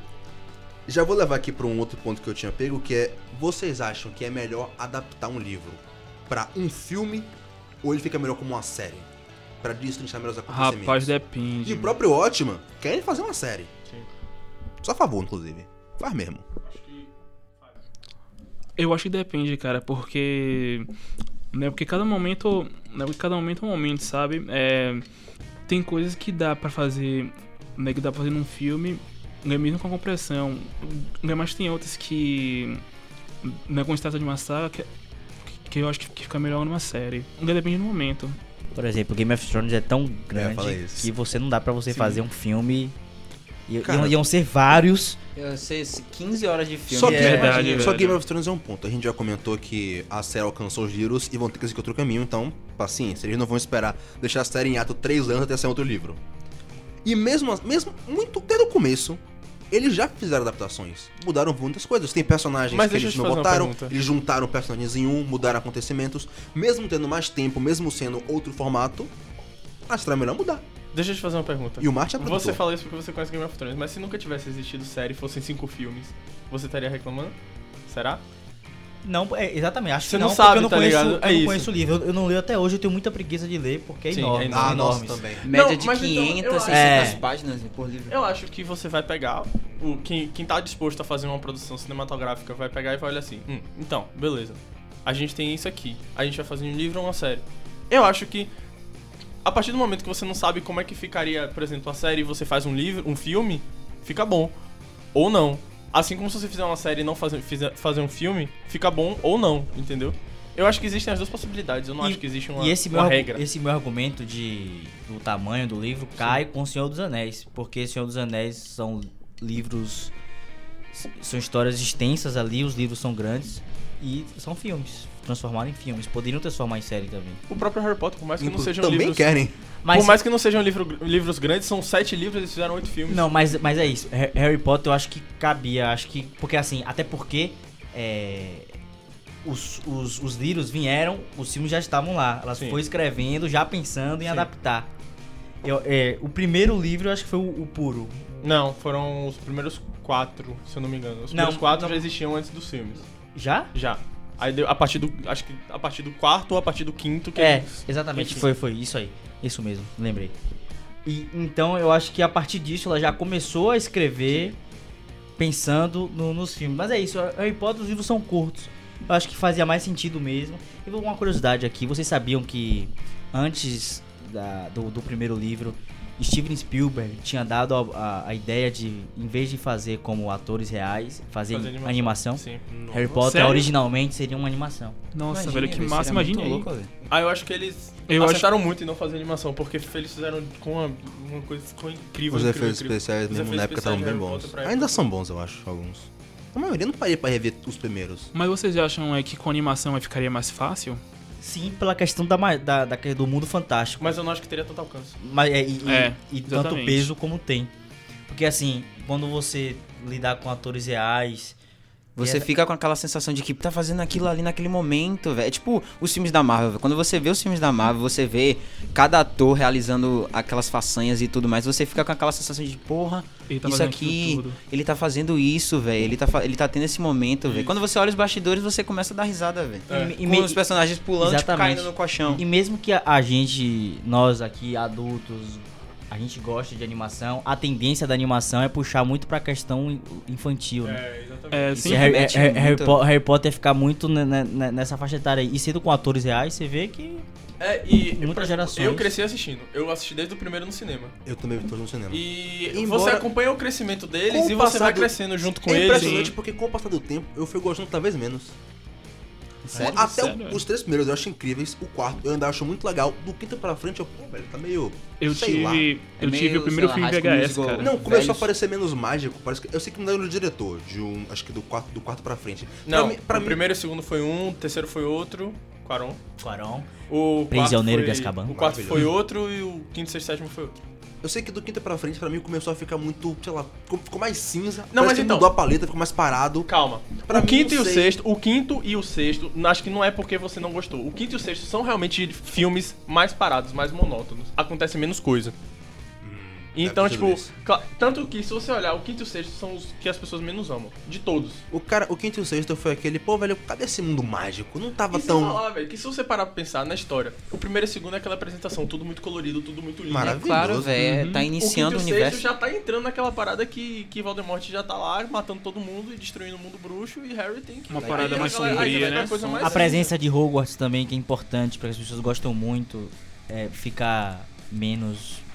já vou levar aqui pra um outro ponto que eu tinha pego, que é vocês acham que é melhor adaptar um livro pra um filme ou ele fica melhor como uma série? Pra destrinchar melhor os acontecimentos. Rapaz, E depende. o próprio Watchman querem fazer uma série. Sim. Só a favor, inclusive. Faz mesmo. Eu acho que depende, cara, porque. Né, porque cada momento. Né, porque cada momento é um momento, sabe? É, tem coisas que dá pra fazer. Né, que dá pra fazer num filme, né, mesmo com a compressão. Né, mas tem outras que. Né, quando se trata de uma saga, que, que eu acho que fica melhor numa série. Né, depende do momento. Por exemplo, Game of Thrones é tão grande falei isso. que você não dá pra você Sim. fazer um filme. E, Cara. iam, iam ser vários. Eu sei, esse 15 horas de filme. Só, que- Game, é verdade, só velho. Game of Thrones é um ponto. A gente já comentou que a série alcançou os livros e vão ter que seguir outro caminho, então, paciência. Eles não vão esperar deixar a série em ato três anos até sair outro livro. E mesmo, as- mesmo muito desde o começo, eles já fizeram adaptações. Mudaram muitas coisas. Tem personagens Mas que deixa eu eles te não fazer uma botaram, pergunta. eles juntaram personagens em um, mudaram acontecimentos. Mesmo tendo mais tempo, mesmo sendo outro formato, a história é melhor mudar. deixa eu te fazer uma pergunta. E o Marte é Você produtor. fala isso porque você conhece Game of Thrones, mas se nunca tivesse existido série e fossem cinco filmes, você estaria reclamando? Será? Não, é, exatamente. Acho Você que não não, porque sabe, eu não tá conheço, ligado? É eu isso. não conheço o livro. Eu, eu não leio até hoje, eu tenho muita preguiça de ler, porque é Sim, é enorme. enorme. são Ah, nossa, enormes. também. Média Não, de mas então, 500, eu acho- 600 É. páginas né, por livro. Eu acho que você vai pegar. O, quem, quem tá disposto a fazer uma produção cinematográfica vai pegar e vai olhar assim. "Hum, então, beleza. A gente tem isso aqui. A gente vai fazer um livro ou uma série. Eu acho que. A partir do momento que você não sabe como é que ficaria, por exemplo, a série e você faz um livro, um filme, fica bom. Ou não. Assim como se você fizer uma série e não fazer, fizer- fazer um filme, fica bom ou não, entendeu? Eu acho que existem as duas possibilidades. Eu não E- acho que existe uma, E esse meu, uma argu- regra. esse meu argumento de, do tamanho do livro cai com O Senhor dos Anéis, porque Senhor dos Anéis são livros. s- São histórias extensas ali, os livros são grandes e são filmes. Transformaram em filmes. Poderiam transformar em série também. O próprio Harry Potter, por mais que não Inclu- seja um também livro. querem. Mas, Por mais que não sejam livro- livros grandes, são sete livros, eles fizeram oito filmes. Não, mas, mas é isso. Ha- Harry Potter eu acho que cabia. Acho que. Porque assim, até porque. é, os, os, os livros vieram, os filmes já estavam lá. Elas Sim. foram escrevendo, já pensando em Sim. adaptar. Eu, é, o primeiro livro eu acho que foi o, o puro. Não, foram os primeiros quatro, se eu não me engano. Os Não, primeiros quatro não. já existiam antes dos filmes. Já? Já. Aí deu, a partir do. Acho que a partir do quarto ou a partir do quinto que É, eles- exatamente. Enfim. Foi, foi, isso aí. Isso mesmo, lembrei. E, então eu acho que a partir disso ela já começou a escrever pensando no- nos filmes. Mas é isso, Harry Potter os livros são curtos. Eu acho que fazia mais sentido mesmo. E vou- uma curiosidade aqui, vocês sabiam que antes da- do, do primeiro livro, Steven Spielberg tinha dado a, a- a ideia de, em vez de fazer como atores reais, fazer, Fazer animação. animação. Então? Sim. Harry Potter Sério? originalmente seria uma animação. Nossa, Imagina, velho, que velho, massa, seria muito imagina aí. louco, velho. Aí eu acho que eles Eu acho- acertaram muito em não fazer animação, porque eles fizeram com uma, uma coisa que ficou incrível. Os incrível, efeitos incrível. especiais, Os mesmo efeitos na época, estavam especiais bem de Harry bons. Potter pra Ainda época. são bons, eu acho, alguns. A maioria não parei pra rever os primeiros. Mas vocês acham é, que com animação aí ficaria mais fácil? sim pela questão da, ma- da- da- do mundo fantástico. Mas eu não acho que teria tanto alcance. Mas, é, e, e- É, e tanto exatamente. peso como tem. Porque assim, quando você lidar com atores reais. Você E é- fica com aquela sensação de que tá fazendo aquilo ali naquele momento, velho. É tipo os filmes da Marvel. velho. Quando você vê os filmes da Marvel, você vê cada ator realizando aquelas façanhas e tudo mais, você fica com aquela sensação de, porra, Ele tá isso fazendo aquilo aqui, tudo. ele tá fazendo isso, velho. Ele, tá fa- ele tá tendo esse momento, velho. Quando você olha os bastidores, você começa a dar risada, velho. É. E meio os personagens pulando, tipo, Exatamente. caindo no colchão. E mesmo que a, a gente, nós aqui adultos, a gente gosta de animação, a tendência da animação é puxar muito pra questão in- infantil, né? É, exatamente. É, Isso sim. Se Harry, remete Harry- Harry muito. Po- Harry Potter é ficar muito ne- ne- ne- nessa faixa etária aí. E sendo com atores reais, você vê que É, e. Muitas por exemplo, gerações. Eu cresci assistindo. Eu assisti desde o primeiro no cinema. Eu também estou no cinema. E Embora- você acompanha o crescimento Com deles o e você passar vai do- crescendo junto com é eles. impressionante porque com o passar do tempo eu fui gostando cada vez menos. Sério? Até o- é. Sério? os três primeiros eu acho incríveis, o quarto eu ainda acho muito legal. Do quinto pra frente eu, pô, velho, tá meio. Eu sei lá. tive, eu É meio, tive o primeiro sei filme lá, High School VHS, Musical. cara. Não, começou velhos. a parecer menos mágico. Parece que, eu sei que não lembro do diretor, de um. Acho que do quarto, do quarto pra frente. pra Não, mim, pra o mim- primeiro e o segundo foi um, o terceiro foi outro, Quaron. Quaron. O Prisioneiro quarto de foi- Azkaban. O quarto foi outro e o quinto, sexto, sétimo foi outro. Eu sei que do quinto pra frente, pra mim, começou a ficar muito, sei lá, ficou- ficou mais cinza. Não, Parece mas que então- mudou a paleta, ficou mais parado. Calma. Pra o mim, quinto não e o sei. sexto, o quinto e o sexto, acho que não é porque você não gostou. O quinto e o sexto são realmente filmes mais parados, mais monótonos. Acontece menos coisa. então, Hum, deve ter sido tipo, isso. cla- tanto que se você olhar, o quinto e o sexto são os que as pessoas menos amam. De todos. O cara, o quinto e o sexto foi aquele, pô, velho, cadê esse mundo mágico? Não tava E sem tão. falar, velho, que se você parar pra pensar na história, o primeiro e o segundo é aquela apresentação, tudo muito colorido, tudo muito lindo. Maravilhoso. Claro, velho. Uhum. Tá O quinto iniciando e o o universo. sexto já tá entrando naquela parada que, que Voldemort já tá lá, matando todo mundo e destruindo o mundo bruxo, e Harry tem que... Uma aí parada a mais galera- aí sombria, vai pra né? coisa mais A séria. presença de Hogwarts também, que é importante, porque as pessoas gostam muito, é, ficar menos.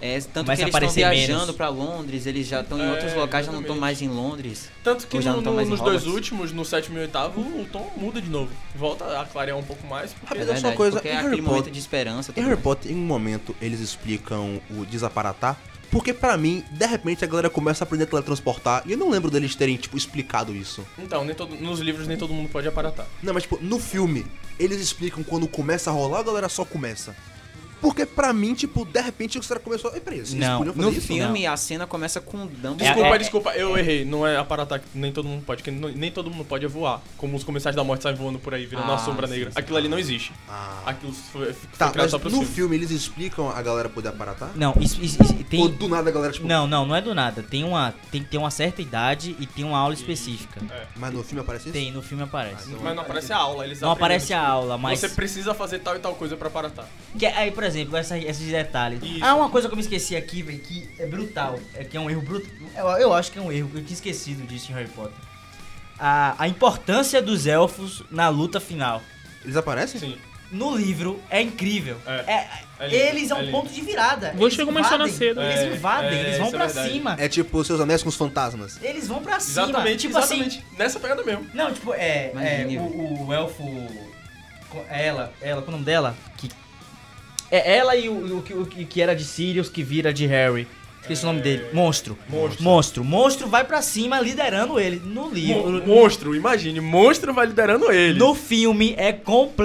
É, tanto Começa a que eles estão aparecer viajando menos. pra Londres, eles já estão em É, outros locais, já não estão exatamente. mais em Londres. Tanto que Ou já no- não tá no- mais em nos dois Hogwarts? últimos, no sétimo e oitavo, o tom muda de novo. Volta a clarear um pouco mais, porque... É Mas é só verdade, coisa- porque e é Harry aquele Potter? momento de esperança. Em tudo Harry mais. Potter, em um momento, eles explicam o desaparatar. Porque pra mim, de repente, a galera começa a aprender a teletransportar. E eu não lembro deles terem, tipo, explicado isso. Então, nem todo, nos livros nem todo mundo pode aparatar. Não, mas, tipo, no filme, eles explicam quando começa a rolar, a galera só começa. Porque pra mim, tipo, de repente, os caras começou. Ei, peraí, vocês Não, podiam fazer No isso? filme, a cena começa com um o Dumbledore. Desculpa, é- desculpa, eu errei. Não é aparatar que nem todo mundo pode, porque não- nem todo mundo pode é voar. Como os comerciais da morte saem voando por aí, virando Ah, uma sombra negra. Aquilo ali não existe. Ah. Aquilo foi, foi Tá, criado mas só no pro filme. filme. eles explicam a galera poder aparatar? Não, isso, isso- isso- tem. Ou do nada a galera, tipo. Não, não, não é do nada. Tem uma, tem que ter uma certa idade e tem uma aula específica. Mas no filme aparece isso? Tem, no filme aparece. Mas não aparece a aula, eles Não aprendem, aparece a tipo, aula, mas. Você precisa fazer tal e tal coisa pra aparatar. Que- aí, por exemplo, essa- esses detalhes. Isso. Ah, uma coisa que eu me esqueci aqui, velho, que é brutal. É que é um erro brutal. Eu, eu acho que é um erro, eu tinha esquecido disso em Harry Potter. A, a importância dos elfos na luta final. Eles aparecem? Sim. No livro é incrível. É. É- É lindo, eles é um lindo. ponto de virada. Vou Eles chegar mais só na invadem, cedo. Eles É, invadem, é, eles vão isso é pra verdade. cima. É tipo seus anéis com os fantasmas. Eles vão pra cima. Exatamente, tipo assim. exatamente. Nessa pegada mesmo. Não, tipo, é. é, Imagine, o, o elfo. co- Ela, ela, qual é o nome dela? Que, é ela e o, o que- o que- que era de Sirius que vira de Harry. Esqueci É, o nome dele. Monstro. Monstro. Monstro. Monstro vai pra cima liderando ele no livro. Mo- monstro, imagine, monstro vai liderando ele. No filme é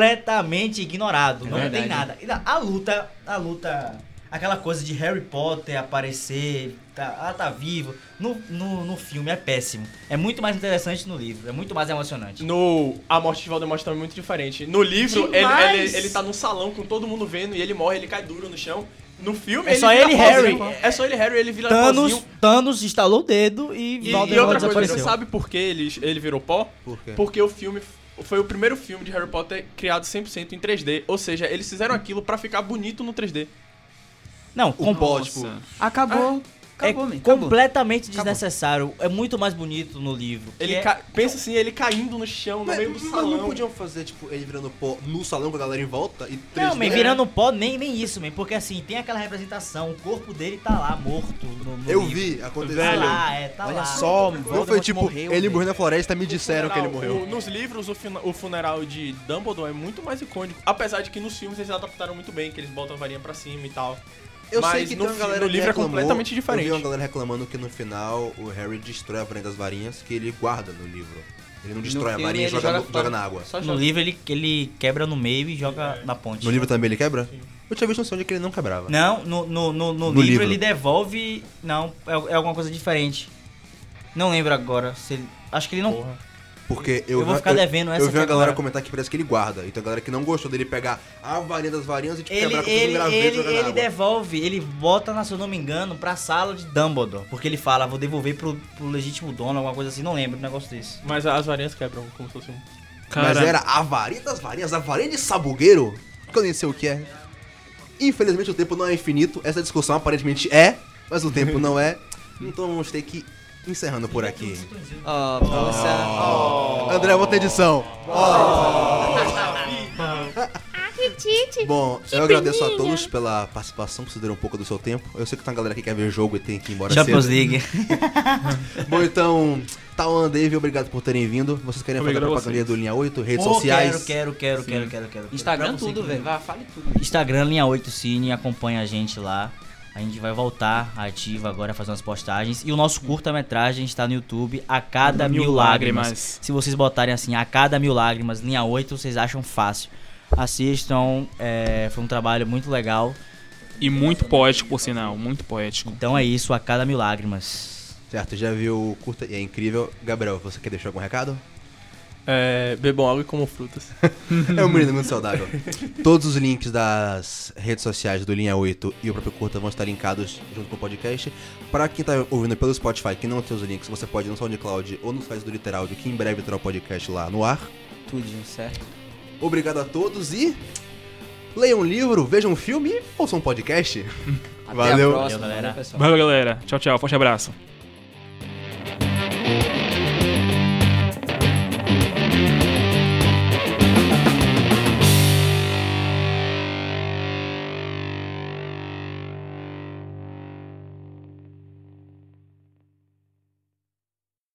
completamente ignorado. É não verdade. tem nada. E na- A luta, a luta, aquela coisa de Harry Potter aparecer, tá, ah, tá vivo. No, no, no filme é péssimo. É muito mais interessante no livro. É muito mais emocionante. No A Morte de Voldemort também é muito diferente. No livro, ele, Demais! ele, ele tá num salão com todo mundo vendo e ele morre, ele cai duro no chão. No filme, É ele só vira ele e pozinho. Harry. É só ele e Harry, ele vira Thanos, pozinho. Thanos instalou o dedo e, E, e Voldemort outra coisa, desapareceu. você sabe por que ele, ele virou pó? Por quê? Porque o filme foi o primeiro filme de Harry Potter criado 100% em 3D. Ou seja, eles fizeram aquilo pra ficar bonito no 3D. Não, O com- pó, tipo. Acabou. é Acabou, man, acabou. completamente desnecessário. É muito mais bonito no livro. que Ele é- ca- Pensa assim, ele caindo no chão, no Mas, meio do mas salão. não podiam fazer, tipo, ele virando pó no salão com a galera em volta e Não, 3D? man, virando um pó, nem, nem isso, man, porque assim, tem aquela representação, o corpo dele tá lá, morto. No, no Eu livro. vi acontecer. Tá Velho. lá, é, tá lá. Olha só, Eu Voldemort foi tipo, ele morreu, velho. morreu na floresta, me disseram que ele funeral, morreu. o- nos livros, o, fina- o funeral de Dumbledore é muito mais icônico. Apesar de que nos filmes eles adaptaram muito bem, que eles botam a varinha pra cima e tal. Eu sei Mas que tem no uma filme, galera no que livro é reclamou, completamente diferente. Eu vi uma galera reclamando que no final o Harry destrói a varinha das varinhas que ele guarda no livro. Ele não destrói a filme, marinha e ele joga, joga no- fora. joga na água. Só No livro ele, ele quebra no meio e joga na ponte. No livro também ele quebra? Eu tinha visto não sei onde que ele não quebrava. Não, no, no, no, no No livro, livro. ele devolve. Não, é, é alguma coisa diferente. Não lembro agora. se ele- acho que ele não. Porque eu, Eu vou vi- ficar devendo essa Eu vi uma aqui galera agora. comentar que parece que ele guarda. Então a galera que não gostou dele pegar a varinha das varinhas e tipo, Ele, quebrar com um ele, graveto e ele, jogar na ele água. devolve, ele bota, na- se eu não me engano, pra sala de Dumbledore. Porque ele fala, vou devolver pro, pro legítimo dono, alguma coisa assim, não lembro, um negócio desse. Mas as varinhas quebram, como se fosse um. Mas Cara, era a varinha das varinhas, a varinha de sabugueiro? Que eu nem sei o que é. Infelizmente o tempo não é infinito. Essa discussão aparentemente é, mas o tempo não <laughs> é. Então vamos ter que ir encerrando por aqui. Oh, poxa. Oh. André, outra edição. Bom, eu agradeço a todos pela participação, que cederam um pouco do seu tempo. Eu sei que tem uma galera que quer ver jogo e tem que ir embora Champions cedo. League. Bom, então, Tawan, Dave, obrigado por terem vindo. Vocês querem fazer a Obrigado a propaganda do Linha 8, redes Oh, Pô, sociais? Oh, Quero, quero, quero, quero, quero, quero. Instagram Pra você tudo, que- velho. Vá, fale tudo. Instagram, linha 8 Cine, acompanha a gente lá. A gente vai voltar ativa agora, fazer umas postagens. E o nosso curta-metragem está no YouTube, A Cada Mil, Mil lágrimas. Lágrimas. Se vocês botarem assim, A Cada Mil Lágrimas, linha 8, vocês acham fácil. Assistam, é, foi um trabalho muito legal. e muito poético, por sinal, muito poético. Então é isso, A Cada Mil Lágrimas. Certo, já viu o curta e é incrível. Gabriel, você quer deixar algum <laughs> recado? É, bebam água e comam frutas. É um menino muito saudável. Todos os links das redes sociais do Linha 8 e o próprio Curta vão estar linkados junto com o podcast. Pra quem tá ouvindo pelo Spotify que não tem os links, você pode ir no SoundCloud ou no site do Literaldio, que em breve terá o podcast lá no ar. Tudo, certo? Obrigado a todos e leiam um livro, vejam um filme e ouçam um podcast. Até Valeu. a Valeu, próxima, galera. Valeu, pessoal. Valeu, galera. Tchau, tchau. Forte abraço. Thank